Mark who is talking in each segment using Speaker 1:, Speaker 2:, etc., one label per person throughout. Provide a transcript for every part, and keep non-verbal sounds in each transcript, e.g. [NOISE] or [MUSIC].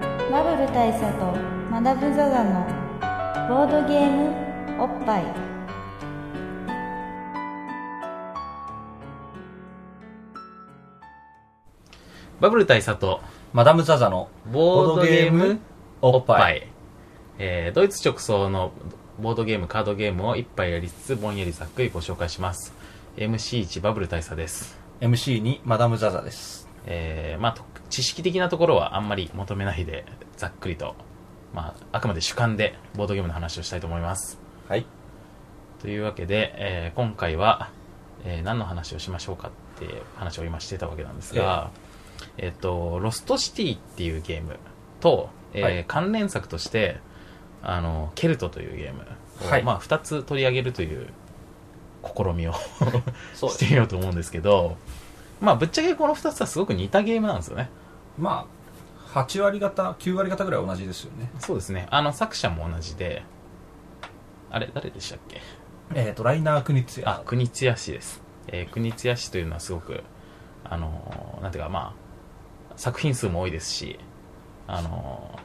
Speaker 1: 部大佐とマダム・ザ・ザのボードゲームおっぱい
Speaker 2: バブル大佐と
Speaker 3: マダム・ザ・ザの
Speaker 2: ボードゲー
Speaker 3: ボードゲー
Speaker 2: ム
Speaker 3: ムお
Speaker 2: お
Speaker 3: っ
Speaker 2: っぱ
Speaker 3: ぱ
Speaker 2: い
Speaker 3: い。
Speaker 2: えードイツ直送のボードゲームカードゲームを一杯やりつつぼんやりざっくりご紹介します MC1 バブル大佐です
Speaker 3: MC にマダム・ザ・ザです。
Speaker 2: えーまあと知識的なところはあんまり求めないでざっくりとまああくまで主観でボードゲームの話をしたいと思います
Speaker 3: はい。
Speaker 2: というわけで、えー今回は、えー何の話をしましょうかって話を今してたわけなんですが、えっと、ロストシティっていうゲームと、えー
Speaker 3: はい
Speaker 2: 関連作として、あの、ケルトというゲームを、
Speaker 3: はい
Speaker 2: まあ、2つ取り上げるという試みを [LAUGHS]
Speaker 3: そう
Speaker 2: してみようと思うんですけど、まあ、ぶっちゃけこの2つはすごく似たゲームなんですよね。
Speaker 3: まあ、8割方、9割方ぐらいは同じですよね。
Speaker 2: そうですね。あの、作者も同じで、あれ、誰でしたっけ
Speaker 3: えっ、と、ライナー・クニツ
Speaker 2: あ
Speaker 3: ヤ。
Speaker 2: 国津屋市です、えー国津屋市というのはすごくあのーなんていうかまあ作品数も多いですしあの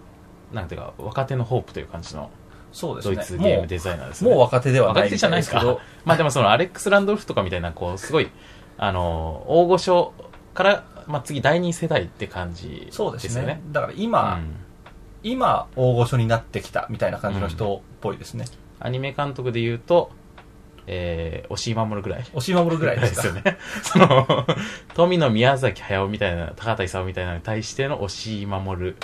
Speaker 2: ーなんていうか若手のホープという感じの
Speaker 3: そうです
Speaker 2: ド
Speaker 3: ね。
Speaker 2: イツゲームデザイナーですね
Speaker 3: もう、もう若手ではない
Speaker 2: 若手じゃないですかまあでもそのアレックス・ランドルフとかみたいなこうすごいあのー大御所から、まあ、次第二世代って感じです
Speaker 3: そ
Speaker 2: よ
Speaker 3: う
Speaker 2: ね
Speaker 3: ですね。だから
Speaker 2: う
Speaker 3: 今、
Speaker 2: ん
Speaker 3: 今、大御所になってきたみたいな感じの人っぽいですね。
Speaker 2: アニメ監督で言うと、えー、押井守ぐらい
Speaker 3: 押し守るぐらいですか。
Speaker 2: よね。 [LAUGHS] その、富野宮崎駿みたいな、高田勲みたいなのに対しての押井守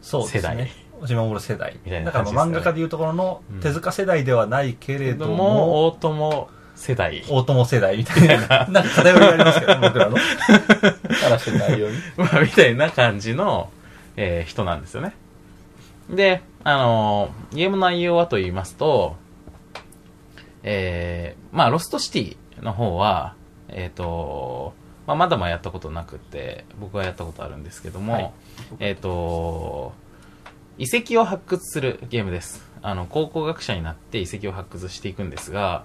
Speaker 3: そうですね。
Speaker 2: 世代
Speaker 3: 押し守る世代。
Speaker 2: みたいな
Speaker 3: だか
Speaker 2: 感
Speaker 3: ら
Speaker 2: じです
Speaker 3: まあ
Speaker 2: ね
Speaker 3: 漫画家でいうところの
Speaker 2: うん
Speaker 3: 手塚世代ではないけれ
Speaker 2: けど
Speaker 3: ども、
Speaker 2: も、大友世代。
Speaker 3: 大友世代みたい [LAUGHS] な、なんか偏りがありますけど、僕 [LAUGHS] らの話の内容に。
Speaker 2: まあ、 [LAUGHS] みたいな感じの、えー人なんですよね。で、あのーゲームの内容はと言いますと、えーまあ、ロストシティの方は、えっ、と、まあ、まだまだやったことなくて、僕はやったことあるんですけども、
Speaker 3: はい
Speaker 2: えっ、と、遺跡を発掘するゲームです。あの、考古学者になって遺跡を発掘していくんですが、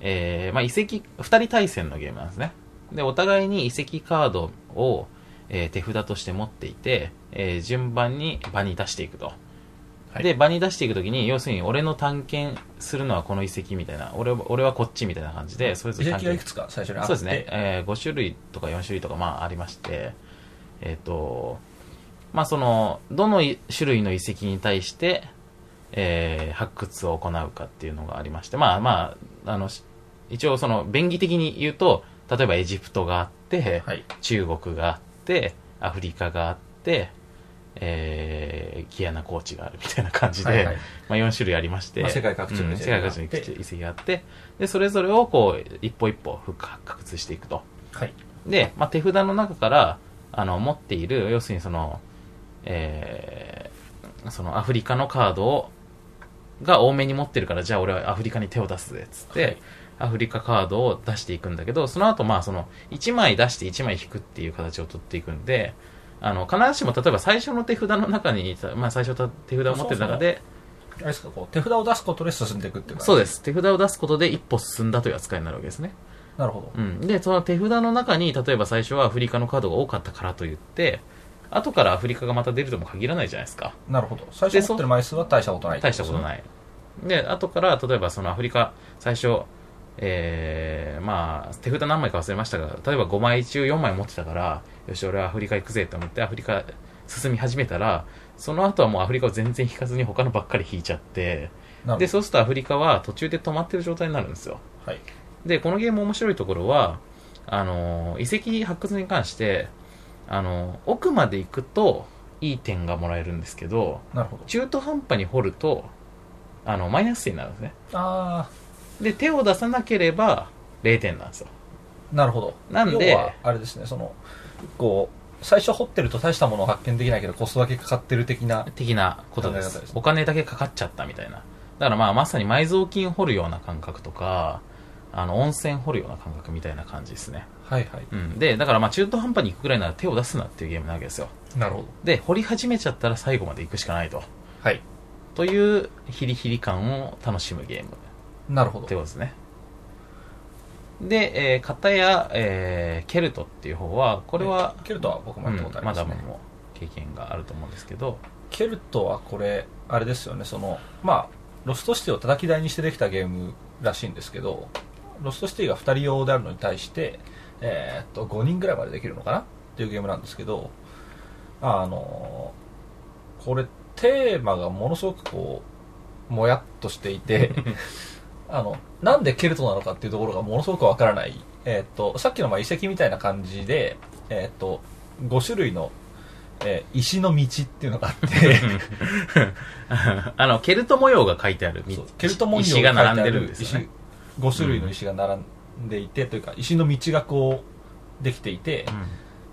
Speaker 2: えーまあ遺跡、二人対戦のゲームなんですね。で、お互いに遺跡カードを、えー手札として持っていて、えー順番に場に出していくと。
Speaker 3: はい
Speaker 2: で、場に出していくときに、要するに俺の探検するのはこの遺跡みたいな、俺は俺はこっちみたいな感じで、それぞ
Speaker 3: 遺
Speaker 2: れ探
Speaker 3: 跡がい
Speaker 2: 検
Speaker 3: くつか最初にあって
Speaker 2: そうですね、えー5種類とか4種類とかまあありまして、えっ、と、まあその、どのい種類の遺跡に対して、えー発掘を行うかっていうのがありまして、まあまあ、あの、し一応その、便宜的に言うと、例えばエジプトがあって、
Speaker 3: はい、
Speaker 2: 中国があって、アフリカがあって、えー、ギアナ高地があるみたいな感じで、
Speaker 3: はいはい
Speaker 2: まあ、4種類ありまして、
Speaker 3: まあ世界各地の
Speaker 2: う
Speaker 3: 遺跡
Speaker 2: ん世界各地の遺跡があってでそれぞれをこう一歩一歩復活発掘していくと
Speaker 3: はい、
Speaker 2: で、まあ、手札の中からあの持っている要するにその,、えーそのアフリカのカードをが多めに持ってるからじゃあ俺はアフリカに手を出すぜっつって、
Speaker 3: はい
Speaker 2: アフリカカードを出していくんだけどその後まあその1枚出して1枚引くっていう形を取っていくんであの必ずしも例えば最初の手札の中に、まあ、最初の手札を持ってる中で
Speaker 3: あれですかこう手札を出すことで進んでいくっていう感じ
Speaker 2: そうです。手札を出すことで一歩進んだという扱いになるわけですね。
Speaker 3: なるほど
Speaker 2: うん。で、その手札の中に、例えば最初はアフリカのカードが多かったからといって、後からアフリカがまた出るとも限らないじゃないですか。
Speaker 3: なるほど最初持ってる枚数は大したことない
Speaker 2: 大したこと
Speaker 3: い
Speaker 2: ない。で、後から、例えばそのアフリカ、最初、えー、まあ、手札何枚か忘れましたが、例えば5枚中4枚持ってたから、よし、俺はアフリカ行くぜと思って、アフリカ進み始めたら、その後はもうアフリカを全然引かずに他のばっかり引いちゃって、
Speaker 3: な
Speaker 2: で、
Speaker 3: る
Speaker 2: そうするとアフリカは途中で止まってる状態になるんですよ。
Speaker 3: ほどはい
Speaker 2: で、このゲーム面白いところは、あのー遺跡発掘に関して、あのー奥まで行くといい点がもらえるんですけど、
Speaker 3: なるほど
Speaker 2: 中途半端に掘ると、あの、マイナス点になるんですね。
Speaker 3: あ
Speaker 2: で、手を出さなければ0点なんですよ。
Speaker 3: あなるほど
Speaker 2: なんで
Speaker 3: 要はあれですねそのこう最初掘ってると大したものを発見できないけどコストだけかかってる的な
Speaker 2: 的なことで
Speaker 3: 考え
Speaker 2: す
Speaker 3: 方ですね
Speaker 2: お金だけかかっちゃったみたいな。だからまあ、まさに埋蔵金掘るような感覚とか、あの、温泉掘るような感覚みたいな感じですね。
Speaker 3: はいはい
Speaker 2: うん。で、だからまあ、中途半端に行くぐらいなら手を出すなっていうゲームなわけですよ。
Speaker 3: なるほど
Speaker 2: で、掘り始めちゃったら最後まで行くしかないと。
Speaker 3: はい
Speaker 2: というヒリヒリ感を楽しむゲーム
Speaker 3: なるほ
Speaker 2: ってこ
Speaker 3: ど
Speaker 2: とですね。で、えー、片や、えーケルトっていう方は、これは、
Speaker 3: ケルトは僕も
Speaker 2: う
Speaker 3: やっ
Speaker 2: ん
Speaker 3: たことあり
Speaker 2: ま
Speaker 3: ます
Speaker 2: だ
Speaker 3: ね
Speaker 2: もう経験があると思うんですけど、
Speaker 3: ケルトはこれあれですよねそのまあロストシティを叩き台にしてできたゲームらしいんですけどロストシティが2人用であるのに対して、えーっと5人ぐらいまでできるのかなっていうゲームなんですけどあのこれテーマがものすごくこうもやっとしていてあのなんでケルトなのかっていうところがものすごくわからない、えーっとさっきのまあ遺跡みたいな感じで、えーっと5種類の、えー石の道っていうのがあって。
Speaker 2: [LAUGHS] あの、ケルト模様が書いてある。
Speaker 3: そうケルト文様
Speaker 2: 石が並んでるんですよね。
Speaker 3: 石5種類の石が並んでいて、というか石の道がこうできていて、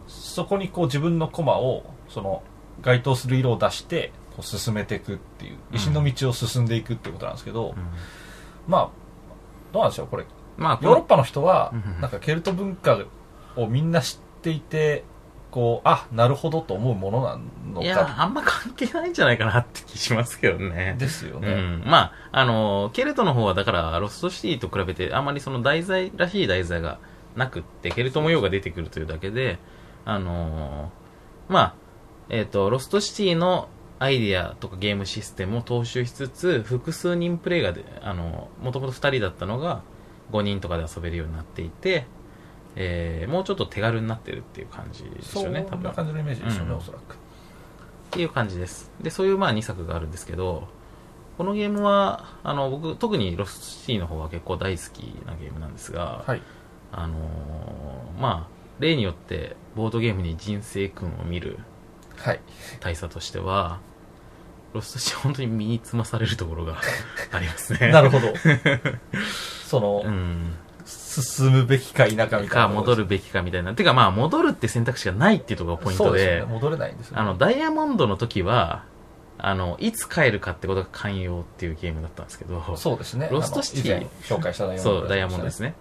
Speaker 3: そこにこう自分の駒をその該当する色を出してこう進めていくっていう
Speaker 2: うん
Speaker 3: 石の道を進んでいくっていうことなんですけど、
Speaker 2: うんうん
Speaker 3: まあどうなんでしょうこれ
Speaker 2: まあ、こ
Speaker 3: ヨーロッ
Speaker 2: の
Speaker 3: パの人は
Speaker 2: うん
Speaker 3: なんかケルト文化をみんな知っていてこうあなるほどと思うものなの
Speaker 2: いや、
Speaker 3: か
Speaker 2: あんま関係ないんじゃないかなって気しますけどね。
Speaker 3: ですよ
Speaker 2: う
Speaker 3: ね、
Speaker 2: ん、まあ、あの、ケルトの方はだから、ロストシティと比べて、あまりその題材らしい題材がなくって、ケルト模様が出てくるというだけで、あのまあ、えっ、と、ロストシティのアイディアとかゲームシステムを踏襲しつつ、複数人プレイがで、あの、もともと2人だったのが、5人とかで遊べるようになっていて、えーもうちょっと手軽になってるっていう感じです
Speaker 3: そ
Speaker 2: よ
Speaker 3: ん
Speaker 2: ね、多分。
Speaker 3: な感じのイメージですよね、
Speaker 2: うん
Speaker 3: おそらく
Speaker 2: っていう感じです。で、そういうまあ2作があるんですけど、このゲームは、あの、僕、特にロストシティの方は結構大好きなゲームなんですが、
Speaker 3: はい
Speaker 2: あのーまあ、例によってボードゲームに人生訓を見る
Speaker 3: はい
Speaker 2: 大佐としては、ロストシティ本当に身につまされるところが [LAUGHS] ありますね。
Speaker 3: [LAUGHS] なるほど。その、
Speaker 2: うん。
Speaker 3: 進むべきか否かみたいな
Speaker 2: か、。戻る。べきかみたいな。てかまあ、戻るって選択肢がないっていうところがポイン
Speaker 3: そ
Speaker 2: ト
Speaker 3: うです
Speaker 2: で
Speaker 3: よね。、戻れないんですよ、ね。
Speaker 2: あの、ダイヤモンドの時は、あの、いつ帰るかってことが寛容っていうゲームだったんですけど、
Speaker 3: そうですね。
Speaker 2: ロストシティ
Speaker 3: あの以前紹介したダイヤモンド、
Speaker 2: そう、ダイヤモンドです
Speaker 3: ね。
Speaker 2: ね。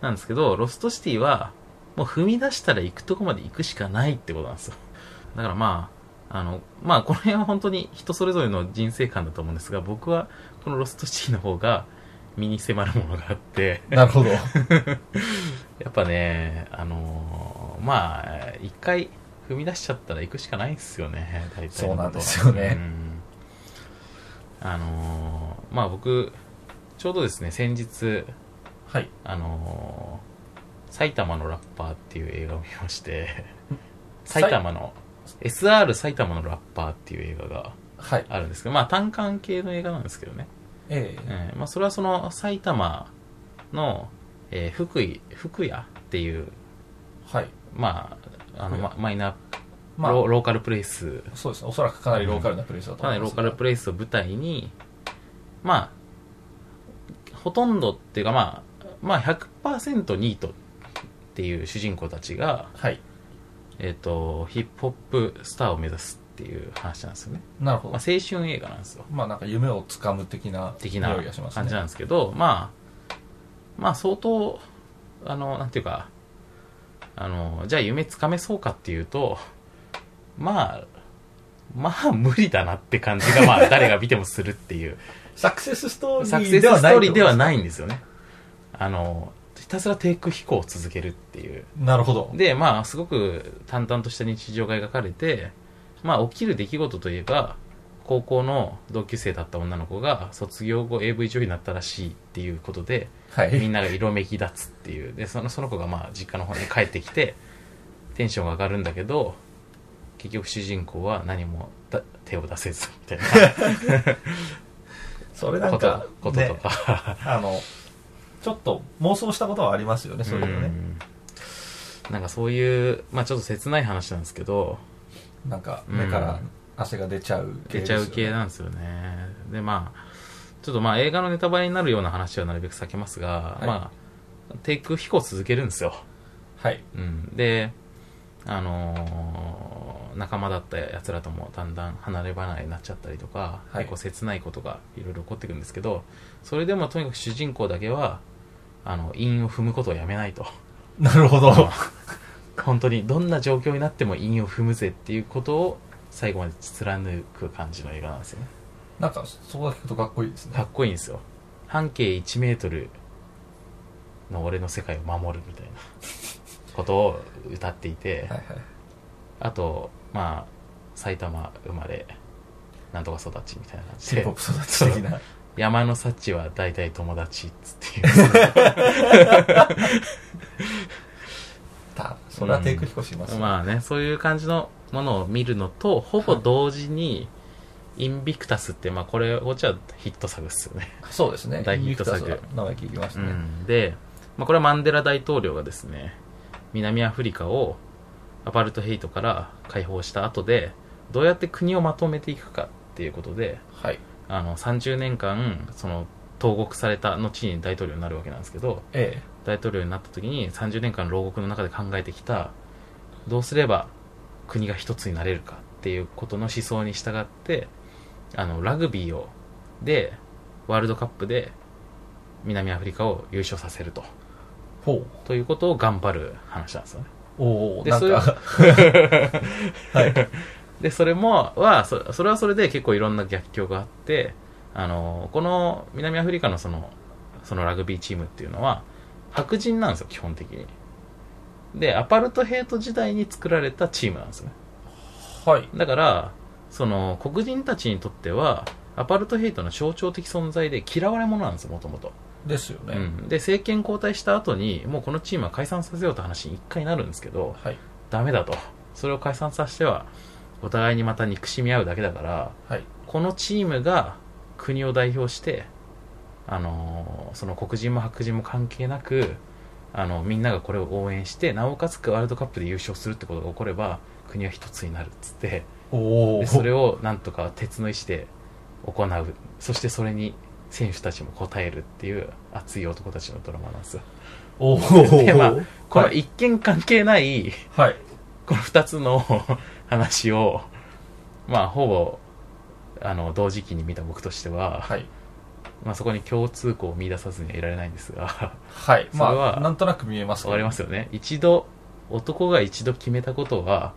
Speaker 2: なんですけど、ロストシティは、もう踏み出したら行くとこまで行くしかないってことなんですよ。だからまあ、あの、まあこの辺は本当に人それぞれの人生観だと思うんですが、僕はこのロストシティの方が身に迫るものがあって、 [LAUGHS]
Speaker 3: なるほど。
Speaker 2: やっぱね、あのーまあ、一回踏み出しちゃったら行くしかないんですよね、大体のことは
Speaker 3: そうなんですよね
Speaker 2: うんあのーまあ僕、ちょうどですね、先日、
Speaker 3: はい。
Speaker 2: あのー埼玉のラッパーっていう映画を見まして、埼玉の、SR 埼玉のラッパーっていう映画が
Speaker 3: はい。
Speaker 2: あるんですけど、まあ単館系の映画なんですけどね。
Speaker 3: ええ
Speaker 2: えーまあそれはその埼玉の、えー福井、福屋っていう、
Speaker 3: はい。
Speaker 2: まあ、あの、まマイナ
Speaker 3: まあ
Speaker 2: ロ、ローカルプレイス、
Speaker 3: そうですね。おそらくかなりローカルなプレイスだと
Speaker 2: か
Speaker 3: 思
Speaker 2: ないり
Speaker 3: ま
Speaker 2: ロー
Speaker 3: す。
Speaker 2: カルプレイスを舞台に、まあ、ほとんどっていうかまあ、まあ100%ニートっていう主人公たちが、
Speaker 3: はい。
Speaker 2: えっ、と、ヒップホップスターを目指すっていう話なんですよね。
Speaker 3: なるほ
Speaker 2: まあ、
Speaker 3: ど
Speaker 2: 青。春映画なんですよ。
Speaker 3: まあなんか夢をつかむ的な
Speaker 2: 的な
Speaker 3: 匂いがします
Speaker 2: 感じなん
Speaker 3: ね。
Speaker 2: ですけど、まあ、まあ相当、あの、なんていうか、あの、じゃあ夢つかめそうかっていうと、まあ、まあ無理だなって感じが、ま
Speaker 3: [LAUGHS]
Speaker 2: あ誰が見てもするっていう、
Speaker 3: サクセスストー
Speaker 2: サク
Speaker 3: リ
Speaker 2: セ
Speaker 3: ー
Speaker 2: ス
Speaker 3: では
Speaker 2: スト
Speaker 3: ない。
Speaker 2: ーリーではいないんですよね。あの、ひたすら低空飛行を続けるっていう。
Speaker 3: なるほど。
Speaker 2: でまあすごく淡々とした日常が描かれてまあ起きる出来事といえば高校の同級生だった女の子が卒業後 AV 女優になったらしいっていうことで
Speaker 3: は
Speaker 2: みん
Speaker 3: い。
Speaker 2: なが色めき立つっていうでそのその子がまあ実家の方に帰ってきてテンションが上がるんだけど結局主人公は何もだ手を出せずみたい
Speaker 3: それ
Speaker 2: な
Speaker 3: な
Speaker 2: こ
Speaker 3: んか
Speaker 2: と、ことと
Speaker 3: ね、
Speaker 2: か、
Speaker 3: あの、ちょっと妄想したことはありますよね、そういうのね。
Speaker 2: んなんかそういう、まあ、ちょっと切ない話なんですけど
Speaker 3: なんか目から汗が出ちゃう
Speaker 2: 出
Speaker 3: 系です
Speaker 2: ち
Speaker 3: よ
Speaker 2: ゃ
Speaker 3: ね
Speaker 2: う系なんですよね。で、まあ、ちょっとまあ映画のネタバレになるような話はなるべく避けますが、
Speaker 3: はい
Speaker 2: まあ、低空飛行を続けるんですよ。
Speaker 3: はい
Speaker 2: うん。で、あのー仲間だった奴らともだんだん離れ離れになっちゃったりとか、
Speaker 3: はい
Speaker 2: 結構切ないことがいろいろ起こってくるんですけど、それでもとにかく主人公だけは、あの、韻を踏むことをやめ
Speaker 3: [LAUGHS]
Speaker 2: ないと。
Speaker 3: なるほど
Speaker 2: 本当にどんな状況になっても韻を踏むぜっていうことを最後まで貫く感じの映画なんですよね。
Speaker 3: [LAUGHS] なんかそこだけ聞くとかっこいいです
Speaker 2: か
Speaker 3: ね
Speaker 2: っこいいんですよ半径1メートルの俺の世界を守るみ [LAUGHS] たいなことを歌っていて、
Speaker 3: はいはい
Speaker 2: あとまあ埼玉生まれなんとか育ちみたいな感じ
Speaker 3: シ
Speaker 2: で
Speaker 3: ェポップ育ち的な。
Speaker 2: 山の幸は大体友達っつ [LAUGHS] っていう
Speaker 3: た、それはテイク飛行しますね。
Speaker 2: まあねそういう感じのものを見るのとほぼ同時に、インビクタスって、まあ、これこっちはヒット作っすよね、
Speaker 3: そうですね。
Speaker 2: 大ヒット作
Speaker 3: インビクタスは名前聞きま
Speaker 2: う
Speaker 3: したね。
Speaker 2: ん、で、まあ、これはマンデラ大統領がですね南アフリカをアパルトヘイトから解放した後でどうやって国をまとめていくかっていうことで
Speaker 3: はい。
Speaker 2: あの30年間その投獄された後に大統領になるわけなんですけど
Speaker 3: ええ。
Speaker 2: 大統領になった時に30年間牢獄の中で考えてきたどうすれば国が一つになれるかっていうことの思想に従ってあのラグビーをでワールドカップで南アフリカを優勝させると
Speaker 3: ほ
Speaker 2: ということを頑張る話なんですよね
Speaker 3: う。おお
Speaker 2: で
Speaker 3: なん
Speaker 2: それ
Speaker 3: か、 [LAUGHS] はい。
Speaker 2: でそれもはそそれはそれで結構いろんな逆境があってあのこの南アフリカのそのそのラグビーチームっていうのは白人なんですよ基本的にでアパルトヘイト時代に作られたチームなんですよね
Speaker 3: はい。
Speaker 2: だからその黒人たちにとってはアパルトヘイトの象徴的存在で嫌われ者なんですよもともと
Speaker 3: ですよね。
Speaker 2: で政権交代した後にもうこのチームは解散させようって話に一回なるんですけど
Speaker 3: はい。
Speaker 2: ダメだとそれを解散させてはお互いにまた憎しみ合うだけだから
Speaker 3: はい。
Speaker 2: このチームが国を代表して、あのーその黒人も白人も関係なく、あのみんながこれを応援してなおかつワールドカップで優勝するってことが起これば国は一つになるっつって
Speaker 3: おお
Speaker 2: でそれ
Speaker 3: を。
Speaker 2: をなんとか鉄の意志で行うそしてそれに選手たちも応えるっていう熱い男たちのドラマなんですよ
Speaker 3: おお
Speaker 2: [LAUGHS] でまあこの
Speaker 3: はい
Speaker 2: 一見関係ない、
Speaker 3: はい。
Speaker 2: この2つの [LAUGHS] 話をまあほぼあの同時期に見た僕としては、
Speaker 3: はい。
Speaker 2: まあ、そこに共通項を見出さずにはいられないんですが
Speaker 3: はい。
Speaker 2: それ
Speaker 3: ま
Speaker 2: は
Speaker 3: あ、なんとなく見えますけ
Speaker 2: わ
Speaker 3: ど
Speaker 2: かりますよね一度男が一度決めたことは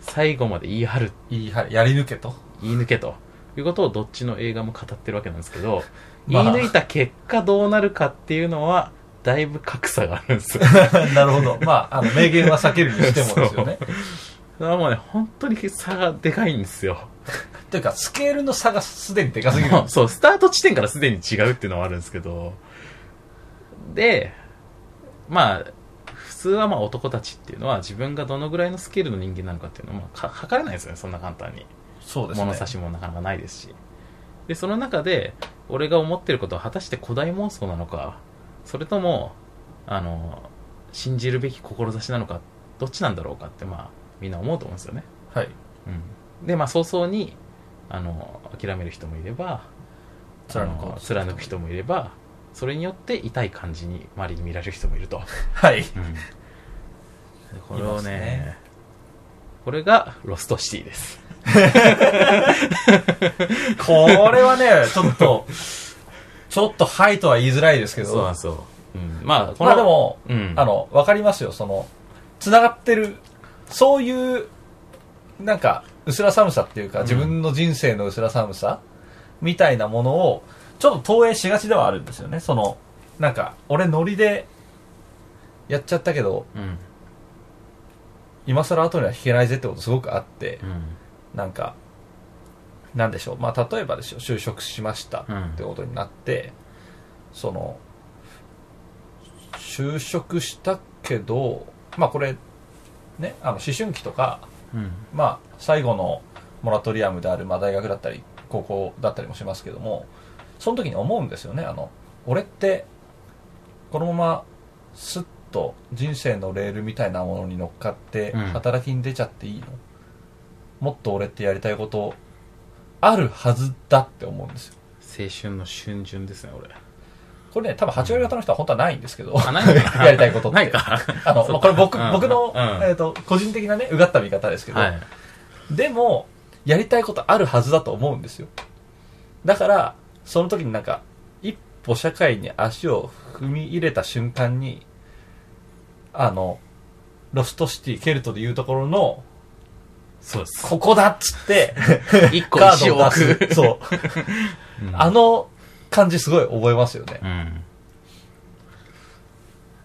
Speaker 2: 最後まで言い張る
Speaker 3: いい、はい。やり抜けと。
Speaker 2: 言い抜けということをどっちの映画も語ってるわけなんですけど、
Speaker 3: [LAUGHS] まあ
Speaker 2: 言い抜いた結果どうなるかっていうのはだいぶ格差があるんで
Speaker 3: [LAUGHS]
Speaker 2: すよ
Speaker 3: なるほど。まあ、あの、名言は避けるにしてもですよね。
Speaker 2: それはもうね本当に差がでかいんですよ
Speaker 3: というか、スケールの差がすでにでかすぎる。
Speaker 2: もうそう、スタート地点からすでに違うっていうのはあるんですけど、で、まあ、普通はまあ男たちっていうのは自分がどのぐらいのスケールの人間なのかっていうのはまあか測れないですよね、そんな簡単に。
Speaker 3: そうですね。
Speaker 2: 物差しもなかなかないですし。で、その中で、俺が思ってることは果たして古代妄想なのか、それとも、あの、信じるべき志なのか、どっちなんだろうかって、まあ、みんな思うと思うんですよね。
Speaker 3: はい。
Speaker 2: うん、でまあ早々にあの諦める人もいれば
Speaker 3: 貫こう
Speaker 2: あの貫く人もいればそれによって痛い感じに周りに見られる人もいると、
Speaker 3: はい。
Speaker 2: でこれ
Speaker 3: い
Speaker 2: を
Speaker 3: ます
Speaker 2: ね
Speaker 3: ね
Speaker 2: これがロストシティです
Speaker 3: これはね、ちょっと、ちょっとはいとは言いづらいですけど。
Speaker 2: そうなんですよ、うん、まあこの、
Speaker 3: まあでも、
Speaker 2: うん
Speaker 3: あの、わかりますよ、その、繋がってる、そういう、なんか、薄ら寒さっていうか、自分の人生の薄ら寒さみたいなものを、ちょっと投影しがちではあるんですよね。その、なんか、俺ノリで、やっちゃったけど、
Speaker 2: うん
Speaker 3: 今更後には弾けないぜってことすごくあって、
Speaker 2: うん
Speaker 3: なんか、なんでしょう。まあ、例えばですよ、就職しましたってことになって、その、就職したけど、まあ、これ、ね、あの、思春期とか、
Speaker 2: うん
Speaker 3: まあ、最後のモラトリアムである、まあ、大学だったり、高校だったりもしますけども、その時に思うんですよね。あの、俺って、このまま、スッと人生のレールみたいなものに乗っかって、
Speaker 2: うん
Speaker 3: 働きに出ちゃっていいの、もっと俺ってやりたいこと、あるはずだって思うんですよ。
Speaker 2: 青春の春巡ですね
Speaker 3: [LAUGHS]
Speaker 2: 俺
Speaker 3: これね、多分8割方の人は本当はないんですけど、
Speaker 2: あないのかな
Speaker 3: [LAUGHS] やりたいことって。
Speaker 2: ないか
Speaker 3: あの、まあこれ僕、
Speaker 2: うんうん
Speaker 3: 僕
Speaker 2: う
Speaker 3: の、
Speaker 2: ん
Speaker 3: えっ、と、個人的なね、うがった見方ですけど、
Speaker 2: はい
Speaker 3: でも、やりたいことあるはずだと思うんですよ。だから、その時になんか、一歩社会に足を踏み入れた瞬間に、あの、ロストシティ、ケルトでいうところの、
Speaker 2: そうです
Speaker 3: ここだっつ
Speaker 2: [LAUGHS]
Speaker 3: って、
Speaker 2: 一個
Speaker 3: カー
Speaker 2: 石
Speaker 3: ド
Speaker 2: を
Speaker 3: を
Speaker 2: 置く
Speaker 3: 出す。そ
Speaker 2: [LAUGHS]
Speaker 3: う。
Speaker 2: うん
Speaker 3: あの感じすごい覚えますよね。
Speaker 2: うん。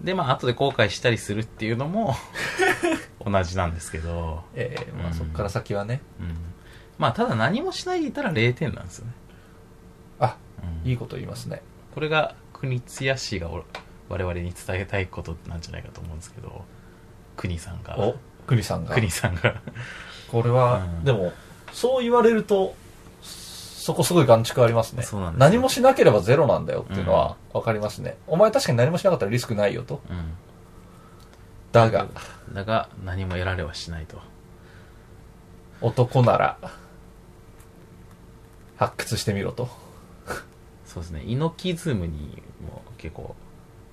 Speaker 2: で、まあ、後で後悔したりするっていう [LAUGHS] のも、同じなんですけど、
Speaker 3: ええまあそこから先はね。
Speaker 2: うん。まあただ何もしないでいたら0点なんですよね、
Speaker 3: あ
Speaker 2: うん
Speaker 3: いいこと言いますね
Speaker 2: これが国津屋氏がお我々に伝えたいことなんじゃないかと思うんですけど国さんが
Speaker 3: お国さんが
Speaker 2: 国さんが
Speaker 3: これ
Speaker 2: う
Speaker 3: は、
Speaker 2: ん
Speaker 3: でもそう言われるとそこすごい眼蓄ありますね
Speaker 2: そうなんですよ
Speaker 3: 何もしなければゼロなんだよっていうのは分かりますね、お前確かに何もしなかったらリスクないよと
Speaker 2: [LAUGHS] うん
Speaker 3: だが
Speaker 2: だが何も得られはしないと
Speaker 3: 男なら発掘してみろと
Speaker 2: そうですね猪木ズムにも結構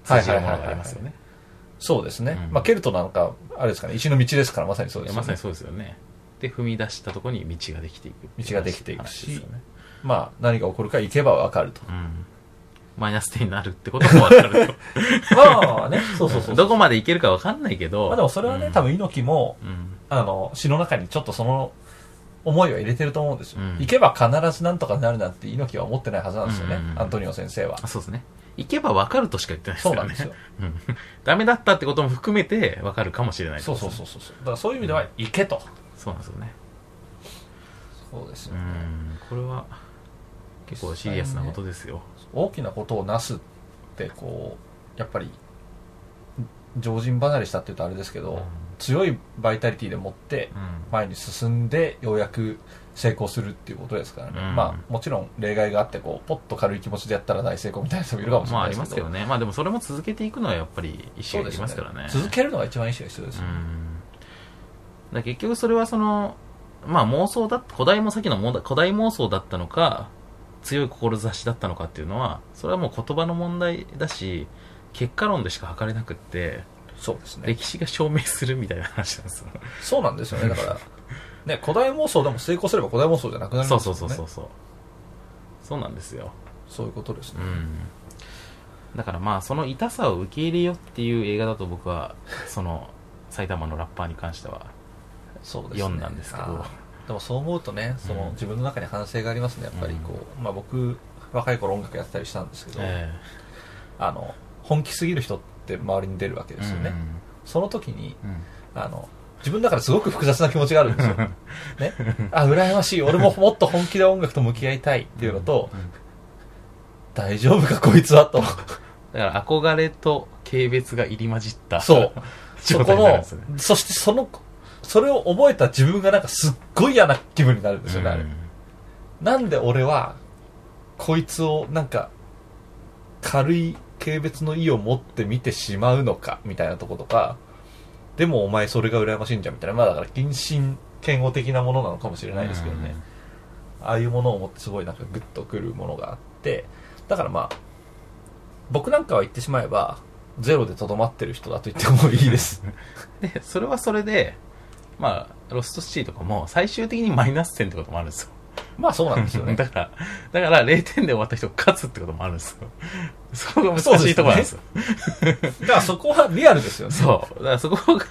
Speaker 2: 通じるものがありますよね
Speaker 3: そうですね、
Speaker 2: うん
Speaker 3: まあケルトなんかあれですかね石の道ですからまさにそう
Speaker 2: いや
Speaker 3: ですよ
Speaker 2: まさ
Speaker 3: ね
Speaker 2: にそうですよねで踏み出したところに道ができていくっていう
Speaker 3: 道ができていく
Speaker 2: 話
Speaker 3: し
Speaker 2: ですよね
Speaker 3: まあ何が起こるか行けば分
Speaker 2: [LAUGHS]
Speaker 3: かると
Speaker 2: うんマイナス点になるってことも分かると
Speaker 3: まあね [LAUGHS] そうそうそう
Speaker 2: どこまでいけるか分かんないけど
Speaker 3: まあでもそれはね、
Speaker 2: うん
Speaker 3: 多分猪木も
Speaker 2: うん
Speaker 3: あの詩の中にちょっとその思いを入れてると思うんですよ、
Speaker 2: うん
Speaker 3: 行けば必ずなんとかなるなんて猪木は思ってないはずなんですよね、
Speaker 2: うんうんうん
Speaker 3: アントニオ先生は
Speaker 2: あそうですね行けば分かるとしか言ってないです
Speaker 3: そ
Speaker 2: よ
Speaker 3: う
Speaker 2: ね
Speaker 3: なんですよ
Speaker 2: うんダメだったってことも含めて分かるかもしれない
Speaker 3: そうそう
Speaker 2: う
Speaker 3: そうそうそうだからそういう意味では行けと
Speaker 2: そうなんですよね
Speaker 3: そうです
Speaker 2: う
Speaker 3: よね、
Speaker 2: んこれは結構シリアスなことですよ、
Speaker 3: 大きなことをなすってこうやっぱり常人離れしたっていうとあれですけど、
Speaker 2: うん
Speaker 3: 強いバイタリティでもって
Speaker 2: うん
Speaker 3: 前に進んでようやく成功するっていうことですからね、
Speaker 2: うん
Speaker 3: まあもちろん例外があってこうポッと軽い気持ちでやったら大成功みたいな人もいるかもしれ
Speaker 2: まあ
Speaker 3: な
Speaker 2: あ
Speaker 3: いで
Speaker 2: り
Speaker 3: す
Speaker 2: ま
Speaker 3: け
Speaker 2: す
Speaker 3: ど
Speaker 2: けどねまあでもそれも続けていくのはやっぱり意思がいりますからね
Speaker 3: 続けるのが一番いい人が必要です
Speaker 2: う
Speaker 3: よ、
Speaker 2: んだから結局それはそのまあ妄想だ古代もさっきのもだ古代妄想だったのか強い志だったのかっていうのはそれはもう言葉の問題だし結果論でしか測れなくって
Speaker 3: そうですね
Speaker 2: 歴史が証明するみたいな話なんですよ
Speaker 3: そうなんですよねだ
Speaker 2: [LAUGHS]
Speaker 3: からね古代妄想でも成功すれば古代妄想じゃなくなり
Speaker 2: そ
Speaker 3: ま
Speaker 2: う
Speaker 3: すよ
Speaker 2: そう
Speaker 3: ね
Speaker 2: そうそうそうそうなんですよ
Speaker 3: そういうことですね、
Speaker 2: うんだからまあその痛さを受け入れよっていう映画だと僕はその埼玉のラッパーに関しては
Speaker 3: そうですね
Speaker 2: 読んだんですけど
Speaker 3: あーでもそう思うとねその、
Speaker 2: うん
Speaker 3: 自分の中に反省がありますねやっぱりこう、まあ、僕若い頃音楽やってたりしたんですけど、
Speaker 2: え
Speaker 3: あの本気すぎる人って周りに出るわけ
Speaker 2: え
Speaker 3: ですよね、その時に
Speaker 2: うんうん
Speaker 3: あの自分の中ですごく複雑な気持ちがある
Speaker 2: [LAUGHS]
Speaker 3: んですよ、ね、あ羨ましい俺ももっと本気で音楽と向き合いたいっていうのと、
Speaker 2: うん
Speaker 3: 大丈夫かこいつはと
Speaker 2: だから憧れと軽蔑が入り混じった
Speaker 3: そう。そ
Speaker 2: [LAUGHS] 状
Speaker 3: こ
Speaker 2: 態になるんですよね
Speaker 3: の、そしてその、それを覚えた自分がなんかすっごい嫌な気分になるんですよね、あれ
Speaker 2: うん
Speaker 3: なんで俺は、こいつをなんか、軽い軽蔑の意を持って見てしまうのか、みたいなとことか、でもお前それが羨ましいんじゃん、みたいな。まあだから、謹慎、嫌悪的なものなのかもしれないですけどね。ああいうものを持ってすごいなんかグッとくるものがあって、だからまあ、僕なんかは言ってしまえば、ゼロでとどまってる人だと言ってもいいです。
Speaker 2: うんでそれはそれでまあロストシティとかも最終的にマイナス点ってこともあるんですよ
Speaker 3: まあそうなんで
Speaker 2: [LAUGHS]
Speaker 3: すよね。
Speaker 2: だからだから0点で終わった人が勝つってこともあるんですよ [LAUGHS] そこが難しいところなんですよ
Speaker 3: だからそこはリアルですよね。
Speaker 2: そう。だからそこが、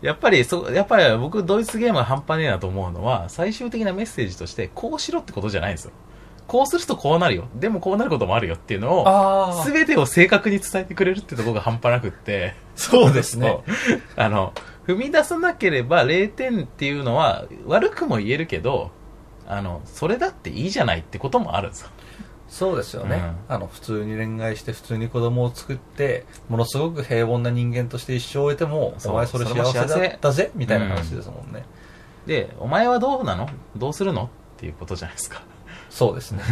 Speaker 2: やっぱりそ、やっぱり僕、ドイツゲームが半端ねえなと思うのは、最終的なメッセージとして、こうしろってことじゃないんですよ。こうするとこうなるよ。でもこうなることもあるよっていうのを、
Speaker 3: あ
Speaker 2: すべてを正確に伝えてくれるってところが半端なく [LAUGHS] って。
Speaker 3: そうですね。
Speaker 2: そう。あの、踏み出さなければ0点っていうのは、悪くも言えるけど、あの、それだっていいじゃないってこともあるんですよ。
Speaker 3: そうですよね、あの、普通に恋愛して、普通に子供を作って、ものすごく平凡な人間として一生を終えても、
Speaker 2: そう
Speaker 3: お前それ
Speaker 2: それ
Speaker 3: 幸
Speaker 2: も
Speaker 3: せだ
Speaker 2: 幸せ
Speaker 3: ったぜ、みたいな話ですもんね。
Speaker 2: で、お前はどうなのどうするのっていうことじゃないですか。
Speaker 3: そうですね。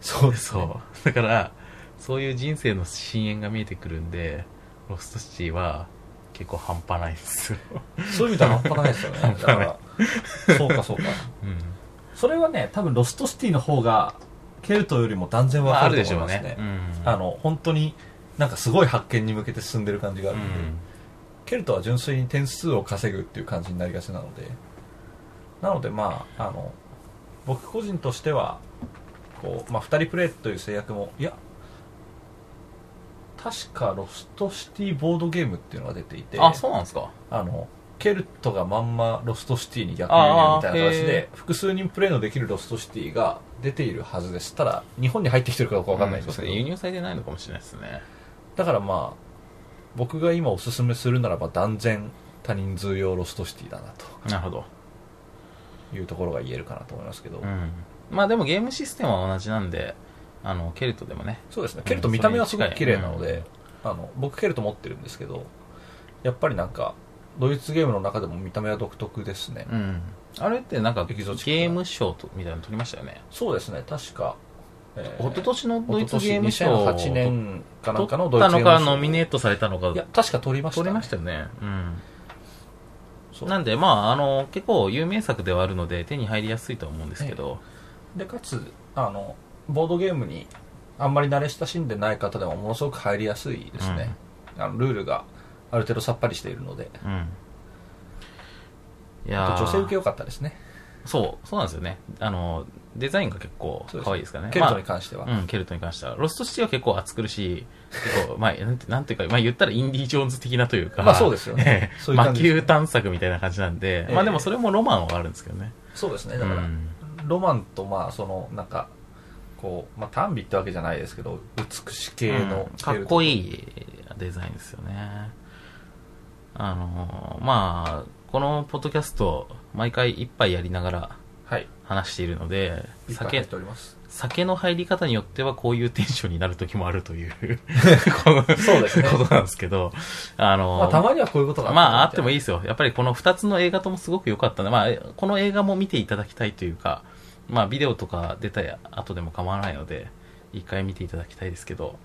Speaker 3: そうです。
Speaker 2: [LAUGHS] そう。だから、そういう人生の深淵が見えてくるんで、ロストシティは結構半端ないです [LAUGHS] よ。
Speaker 3: そういう意味では半端ないですよ
Speaker 2: [LAUGHS]
Speaker 3: ね。だから、そうかそうか。
Speaker 2: うん。
Speaker 3: それはね、多分ロストシティの方が、ケルトよりも断然
Speaker 2: ま
Speaker 3: わ
Speaker 2: あ、あ
Speaker 3: か
Speaker 2: る
Speaker 3: る
Speaker 2: で
Speaker 3: と
Speaker 2: し
Speaker 3: 思
Speaker 2: ょ
Speaker 3: い
Speaker 2: う
Speaker 3: ますね。
Speaker 2: ね。うん。
Speaker 3: あの、本当に、なんかすごい発見に向けて進んでる感じがあ
Speaker 2: う
Speaker 3: るんで。
Speaker 2: ん。
Speaker 3: ケルトは純粋に点数を稼ぐっていう感じになりがちなのでなのでまああの僕個人としてはこう、まあ、2人プレイという制約もいや確かロストシティボードゲームっていうのが出ていて
Speaker 2: あ、そうなんですか。
Speaker 3: あのケルトがまんまロストシティに逆輸入みたいな
Speaker 2: あー
Speaker 3: 形
Speaker 2: へ
Speaker 3: で複数人プレイのできるロストシティが出ているはずですただ日本に入ってきてるかどうかわかんないん
Speaker 2: で
Speaker 3: ですすけど、
Speaker 2: 輸入されてないのかもしれないですね。
Speaker 3: だからまあ僕が今おすすめするならば断然他人数用ロストシティだなと
Speaker 2: なるほど。
Speaker 3: いうところが言えるかなと思いますけど、
Speaker 2: うん、まあでもゲームシステムは同じなんであのケルトでもね
Speaker 3: そうですね
Speaker 2: うん
Speaker 3: ケルト見た目はすごく綺麗なの
Speaker 2: それに
Speaker 3: で、あの僕ケルト持ってるんですけどやっぱりなんかドイツゲームの中でも見た目は独特ですね、
Speaker 2: うんあれってなんかゲ
Speaker 3: エキゾチックな
Speaker 2: ーム賞とみたいなの取りましたよね、
Speaker 3: そうですね確か、えー
Speaker 2: 一昨年のドイツゲーム賞
Speaker 3: 一昨年2008年かなんかのド
Speaker 2: 取
Speaker 3: イ
Speaker 2: った
Speaker 3: ツゲー
Speaker 2: のか
Speaker 3: ム賞
Speaker 2: ノミネートされたのか
Speaker 3: いや確か取りました、
Speaker 2: 取りましたよねうん
Speaker 3: そう
Speaker 2: なんでまああの結構有名作ではあるので手に入りやすいとは思うんですけど、
Speaker 3: でかつあのボードゲームにあんまり慣れ親しんでない方でもものすごく入りやすいですね、あのルールがある程度さっぱりしているので
Speaker 2: うんい
Speaker 3: あ
Speaker 2: や
Speaker 3: と
Speaker 2: ー
Speaker 3: 女性受け良かったですね
Speaker 2: そうそうなんですよねあのデザインが結構可愛いですからね
Speaker 3: ケルトに関しては、
Speaker 2: うん、ケルトに関しては。ロストシティは結構暑苦しい。結構、まあ、なんてなんていうか、まあ言ったらインディ・ジョーンズ的なというか。
Speaker 3: まあそうですよ
Speaker 2: え
Speaker 3: ね
Speaker 2: え
Speaker 3: そういう
Speaker 2: 魔
Speaker 3: 感じですね
Speaker 2: 球探索みたいな感じなんで、
Speaker 3: ええ
Speaker 2: まあでもそれもロマンはあるんですけどね。
Speaker 3: そうですね
Speaker 2: う
Speaker 3: だから、
Speaker 2: ん。
Speaker 3: ロマンとまあそのなんかこうまあ短美ってわけじゃないですけど美し系の
Speaker 2: うん
Speaker 3: ケ
Speaker 2: かっ
Speaker 3: ルト
Speaker 2: こいいデザインですよね。あのーまあ、このポッドキャスト、毎回一杯やりながら
Speaker 3: はい
Speaker 2: 話しているので、
Speaker 3: いっぱい入
Speaker 2: 酒
Speaker 3: っております
Speaker 2: 酒の入り方によってはこういうテンションになる時もあるというそう
Speaker 3: ですね
Speaker 2: ことなんですけど、あのー、
Speaker 3: まあたまにはこういうことが
Speaker 2: まあ、あってもいい
Speaker 3: い
Speaker 2: ですよ。やっぱりこの2つの映画ともすごく良かったので、まあ、この映画も見ていただきたいというか、まあ、ビデオとか出た後でも構わないので、一回見ていただきたいですけど、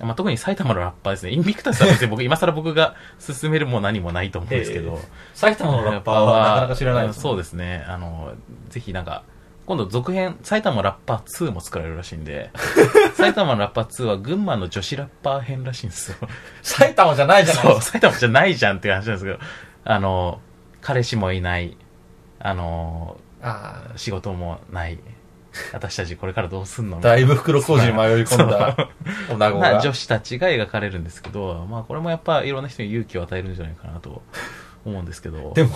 Speaker 2: まあ、特に埼玉のラッパーですね。インビクタスは別に僕、今 [LAUGHS] 更僕が勧めるも何もないと思うんですけど、
Speaker 3: 埼玉のラッパーはなかなか知らないです
Speaker 2: そうですね。あの、ぜひなんか、今度続編、埼玉ラッパー2も作られるらしいん
Speaker 3: [LAUGHS]
Speaker 2: で、埼玉のラッパー2は群馬の女子ラッパー編らしいんですよ。
Speaker 3: 埼玉じゃないじゃないで
Speaker 2: そ
Speaker 3: す
Speaker 2: う、
Speaker 3: か
Speaker 2: 埼玉じゃないじゃんっていう話なんですけど、あの、彼氏もいない、あの、
Speaker 3: ああ
Speaker 2: 仕事もない、私たちこれからどうすんのみたい
Speaker 3: だいぶ袋小路に迷い込んだ女子
Speaker 2: な
Speaker 3: が
Speaker 2: 女子たちが描かれるんですけど、まあこれもやっぱいろんな人に勇気を与えるんじゃないかなと思うんですけど、
Speaker 3: でも、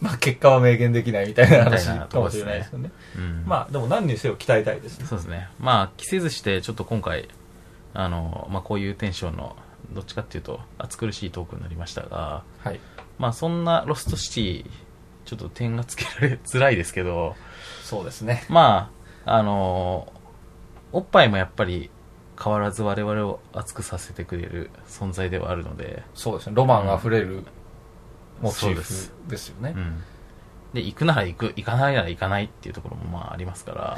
Speaker 3: まあ結果は明言できないみたいな話
Speaker 2: みたいな
Speaker 3: かもしれないですよね
Speaker 2: うん、
Speaker 3: まあでも何にせよ鍛えたいですね
Speaker 2: そうですね。まあ着せずしてちょっと今回、あの、まあこういうテンションの、どっちかっていうと暑苦しいトークになりましたが、
Speaker 3: はい
Speaker 2: まあそんなロストシティ、ちょっと点がつけられづらいですけど、
Speaker 3: そうですね
Speaker 2: まあ、あのーおっぱいもやっぱり変わらず我々を熱くさせてくれる存在ではあるので、
Speaker 3: そうですねロマンあふれるモチ
Speaker 2: そう
Speaker 3: ー
Speaker 2: で
Speaker 3: フ
Speaker 2: す
Speaker 3: ですよ
Speaker 2: う
Speaker 3: ね
Speaker 2: ん。で、行くなら行く、行かないなら行かないっていうところもまあありますか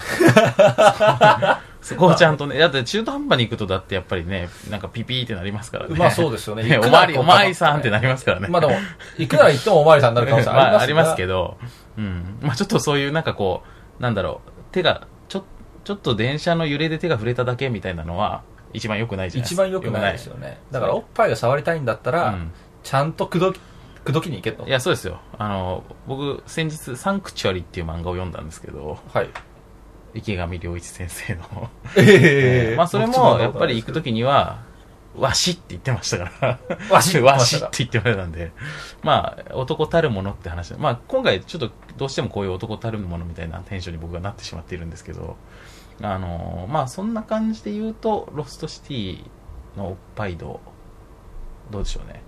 Speaker 2: ら、
Speaker 3: [LAUGHS]
Speaker 2: そこをちゃんとね、だって中途半端に行くとだってやっぱりね、なんかピピーってなりますからね。
Speaker 3: まあそうですよね
Speaker 2: [LAUGHS] ねおまわり、おまわりさんってなりますからね。
Speaker 3: [LAUGHS] まあでもいくら言ってもおまわりさんになる可能性
Speaker 2: [LAUGHS] まあ、
Speaker 3: あ
Speaker 2: あ
Speaker 3: り
Speaker 2: り
Speaker 3: ま
Speaker 2: ますすけ
Speaker 3: ど
Speaker 2: ど、うん。まあ、ちょっとそういう、なんかこう、なんだろう、手が、ちょ、ちょっと電車の揺れで手が触れただけみたいなのは、一番良くないじゃないで
Speaker 3: 一
Speaker 2: すか。
Speaker 3: 番良くないですよねだから
Speaker 2: そう
Speaker 3: おっぱいが触りたいんだった
Speaker 2: 良くない。
Speaker 3: らちゃんと口説き口説きに行け
Speaker 2: う
Speaker 3: と
Speaker 2: ん。いや、そうですよ。あの、僕、先日、サンクチュアリっていう漫画を読んだんですけど、
Speaker 3: はい
Speaker 2: 池上良一先生の。
Speaker 3: え
Speaker 2: まあ、それも、やっぱり行くときには、わしって言ってましたから。
Speaker 3: わし
Speaker 2: わしって言ってましたんで。まあ、男たるものって話。まあ、今回ちょっとどうしてもこういう男たるものみたいなテンションに僕がなってしまっているんですけど、あのーまあ、そんな感じで言うと、ロストシティのおっぱい度、どうでしょうね。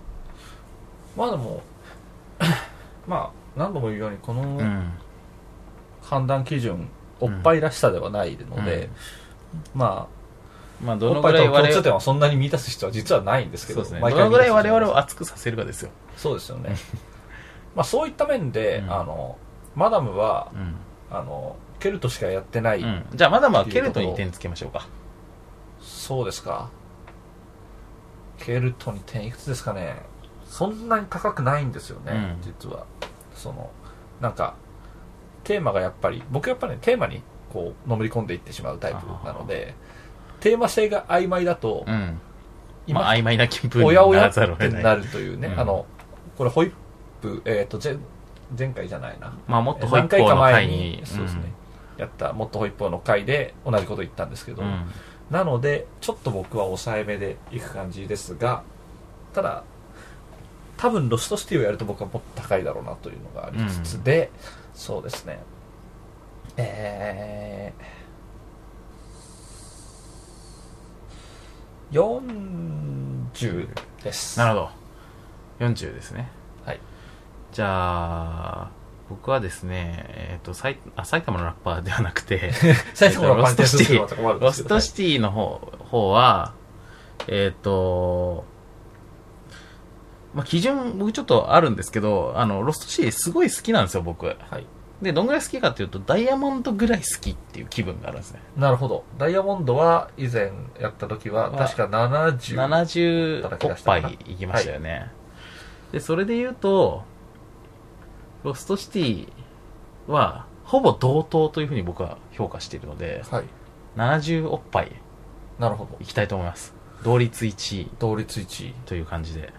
Speaker 3: まあでも [LAUGHS] まあ何度も言うようにこの
Speaker 2: うん。
Speaker 3: 判断基準おっぱいらしさではないので、ま
Speaker 2: まあ、
Speaker 3: あ
Speaker 2: ど
Speaker 3: お
Speaker 2: の
Speaker 3: っぱ
Speaker 2: ぐ
Speaker 3: い
Speaker 2: ら
Speaker 3: と
Speaker 2: い
Speaker 3: の共
Speaker 2: 我
Speaker 3: 通
Speaker 2: 々
Speaker 3: 点はそんなに満たす必要は実はないんですけ
Speaker 2: そう
Speaker 3: ど
Speaker 2: ですね。ど
Speaker 3: 毎回
Speaker 2: のぐらい我々
Speaker 3: 満
Speaker 2: を
Speaker 3: たす
Speaker 2: 熱くさせるかですよ。
Speaker 3: そうです
Speaker 2: [LAUGHS]
Speaker 3: よねまあそういった面で、
Speaker 2: うん
Speaker 3: あのマダムは
Speaker 2: うん。
Speaker 3: あのケルトしかやってない、
Speaker 2: うん、じゃあ、まだまあ、ケルトに点つけましょうか。
Speaker 3: そうですかケルトに点いくつですかねそんなに高くないんですよね、
Speaker 2: うん
Speaker 3: 実はそのなんかテーマがやっぱり僕やっぱり、ね、テーマにこうのめり込んでいってしまうタイプなのでテーマ性が曖昧だと、
Speaker 2: うん。
Speaker 3: 今
Speaker 2: まあ、曖昧な気分
Speaker 3: お
Speaker 2: に
Speaker 3: やお
Speaker 2: な
Speaker 3: や
Speaker 2: ら
Speaker 3: っ
Speaker 2: ざるを
Speaker 3: て
Speaker 2: 得ない。
Speaker 3: なるというね、
Speaker 2: うん
Speaker 3: あのこれホイップえっ、と前前回じゃないな
Speaker 2: まあ、もっとホイッ
Speaker 3: 何
Speaker 2: プ
Speaker 3: 回
Speaker 2: の
Speaker 3: か前
Speaker 2: 回
Speaker 3: に
Speaker 2: に。
Speaker 3: そうですね、やったもっとホイップの回で同じこと言ったんですけど、
Speaker 2: うん。うん
Speaker 3: なのでちょっと僕は抑えめでいく感じですがただ多分ロストシティをやると僕はもっと高いだろうなというのがありつつで、そうですねえー、40です
Speaker 2: なるほど。40ですね。
Speaker 3: はい。
Speaker 2: じゃあ、僕はですね、えっ、と、埼あ埼玉のラッパーではなくて、
Speaker 3: 最初から
Speaker 2: ロストシティ
Speaker 3: パンチするのは困るんで
Speaker 2: ロ
Speaker 3: す
Speaker 2: ス
Speaker 3: けど
Speaker 2: トシティの方方は、えっ、と、まあ、基準、僕ちょっとあるんですけど、あの、ロストシティすごい好きなんですよ、僕。
Speaker 3: はい。
Speaker 2: で、どんぐらい好きかっていうと、ダイヤモンドぐらい好きっていう気分があるんですね。
Speaker 3: なるほど。ダイヤモンドは以前やった時は、
Speaker 2: は
Speaker 3: 確か70。
Speaker 2: 70
Speaker 3: 叩き
Speaker 2: お
Speaker 3: 出
Speaker 2: っ
Speaker 3: した
Speaker 2: ぱ
Speaker 3: かない
Speaker 2: いきましたよね、でそれで言うとロストシティはほぼ同等というふうに僕は評価しているので
Speaker 3: はい。
Speaker 2: 70おっぱい
Speaker 3: なるほど
Speaker 2: い。きたいと思います同率1位
Speaker 3: 同率1位。
Speaker 2: という感じで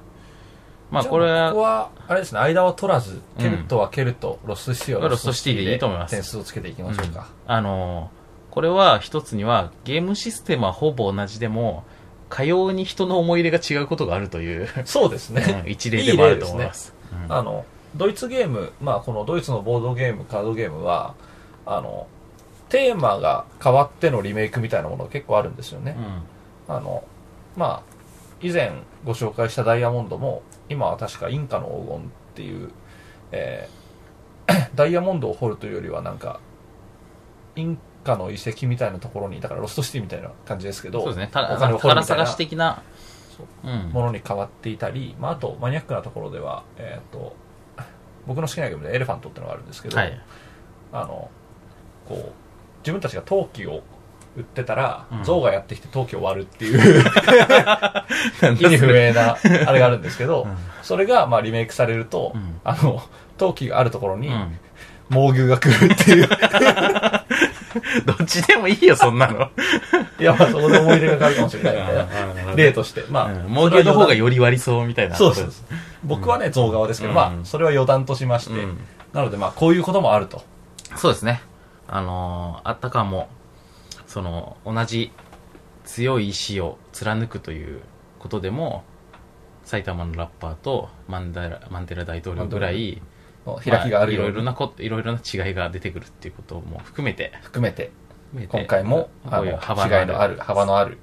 Speaker 2: まあ
Speaker 3: じゃ
Speaker 2: これ
Speaker 3: ここ
Speaker 2: は
Speaker 3: は、あれですね、間は取らず、ケルトはケルト、ロストシティは
Speaker 2: ロストシティでいいと思います
Speaker 3: 点数をつけていきましょうか。
Speaker 2: あのーこれは一つにはゲームシステムはほぼ同じでもかように人の思い入れが違うことがあるという、
Speaker 3: そうです
Speaker 2: [LAUGHS]
Speaker 3: ね。
Speaker 2: うん一例でもあると思いますうん
Speaker 3: あの、ドイツゲーム、まあ、このドイツのボードゲーム、カードゲームは、あの、テーマが変わってのリメイクみたいなものが結構あるんですよね。
Speaker 2: うん
Speaker 3: あの、まあ、以前ご紹介したダイヤモンドも、今は確かインカの黄金っていう、えー [COUGHS] ダイヤモンドを掘るというよりはなんか、インカの遺跡みたいなところに、だからロストシティみたいな感じですけど、
Speaker 2: そうですね。た
Speaker 3: お金を掘る
Speaker 2: 宝
Speaker 3: みたい
Speaker 2: 探
Speaker 3: な
Speaker 2: し的な
Speaker 3: そう。
Speaker 2: うん。
Speaker 3: ものに変わっていたり、まあ、あとマニアックなところでは、えー、と僕の好きなゲームでエレファントってのがあるんですけど、
Speaker 2: はい。
Speaker 3: あのこう自分たちが陶器を売ってたら、
Speaker 2: うん
Speaker 3: 象がやってきて陶器を割るっていう意味不
Speaker 2: [LAUGHS]
Speaker 3: 明なあれがあるんですけど、
Speaker 2: うん
Speaker 3: それがまあリメイクされると、
Speaker 2: うん
Speaker 3: あの陶器があるところに
Speaker 2: うん。
Speaker 3: 猛牛が来るって
Speaker 2: [LAUGHS]
Speaker 3: いう、
Speaker 2: どっちでもいいよ、そんなの。
Speaker 3: いやまあそこで思い出が変わるかもしれ
Speaker 2: [LAUGHS]
Speaker 3: ないみたいな例としてまあ、
Speaker 2: うん儲けの方がより割りそうみたいな。
Speaker 3: そうそうそう僕はね象側ですけど、ま
Speaker 2: う
Speaker 3: あ
Speaker 2: ん
Speaker 3: それは余談としまして、
Speaker 2: うん
Speaker 3: なのでまあこういうこともあると
Speaker 2: そうですね。あのーあったかも、その、同じ強い意志を貫くということでも、埼玉のラッパーとマンダラマンデラ大統領ぐらい、
Speaker 3: 開きがある
Speaker 2: まいうろ
Speaker 3: よ
Speaker 2: いろ
Speaker 3: に
Speaker 2: なこと、いろいろな違いが出てくるっていうことも含めて、
Speaker 3: 含めて
Speaker 2: 含めて
Speaker 3: 今回も
Speaker 2: こ
Speaker 3: あ
Speaker 2: ういう
Speaker 3: の
Speaker 2: 幅
Speaker 3: 違いのある幅のある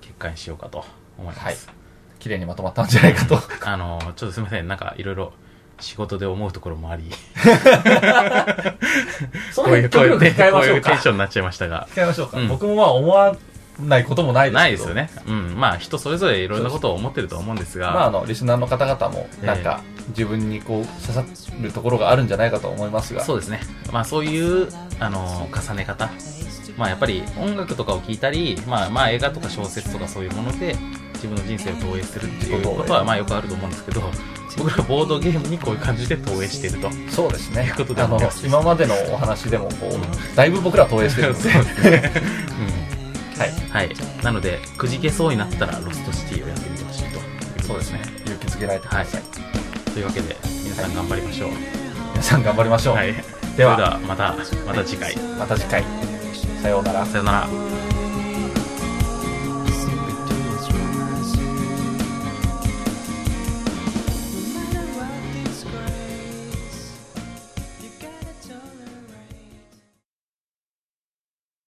Speaker 2: 結果にしようかと思います。
Speaker 3: はい綺麗にまとまったんじゃないか [LAUGHS] と
Speaker 2: あの、ちょっとすみません、なんかいろいろ仕事で思うところもあり、
Speaker 3: [LAUGHS] その
Speaker 2: こうい
Speaker 3: 辺
Speaker 2: う、こういうテン
Speaker 3: 極力控えましょう
Speaker 2: テン
Speaker 3: か
Speaker 2: ションになっちゃいましたが、
Speaker 3: 控えましょうか、
Speaker 2: うん
Speaker 3: 僕もまあ思わないこともないですけど
Speaker 2: ないですよね。うん、まあ人それぞれいろんなことを思ってると思うんです
Speaker 3: まあ、あ
Speaker 2: が、
Speaker 3: のリスナーの方々もなんか、自分にこう刺さるところがあるんじゃないかと思いますが
Speaker 2: そうですね。まあそういう、あの、重ね方。まあやっぱり音楽とかを聴いたり、まあまあ映画とか小説とかそういうもので、自分の人生を投影するっていうことは、まあよくあると思うんですけど、僕らボードゲームにこういう感じで投影してると。
Speaker 3: そうですね
Speaker 2: いうことで
Speaker 3: あの今までのお話でもこうだいぶ僕ら投影してるの
Speaker 2: [LAUGHS]
Speaker 3: ではい
Speaker 2: うん、はい。なので、くじけそうになったらロストシティをやってみてほしいと。
Speaker 3: そうですね勇気づけられてください、
Speaker 2: というわけで皆さん頑張りましょう、
Speaker 3: 皆さん頑張りましょう、
Speaker 2: はい、
Speaker 3: で
Speaker 2: で
Speaker 3: は
Speaker 2: はまたまた次回
Speaker 3: また次回さようなら
Speaker 2: さよなら
Speaker 4: 「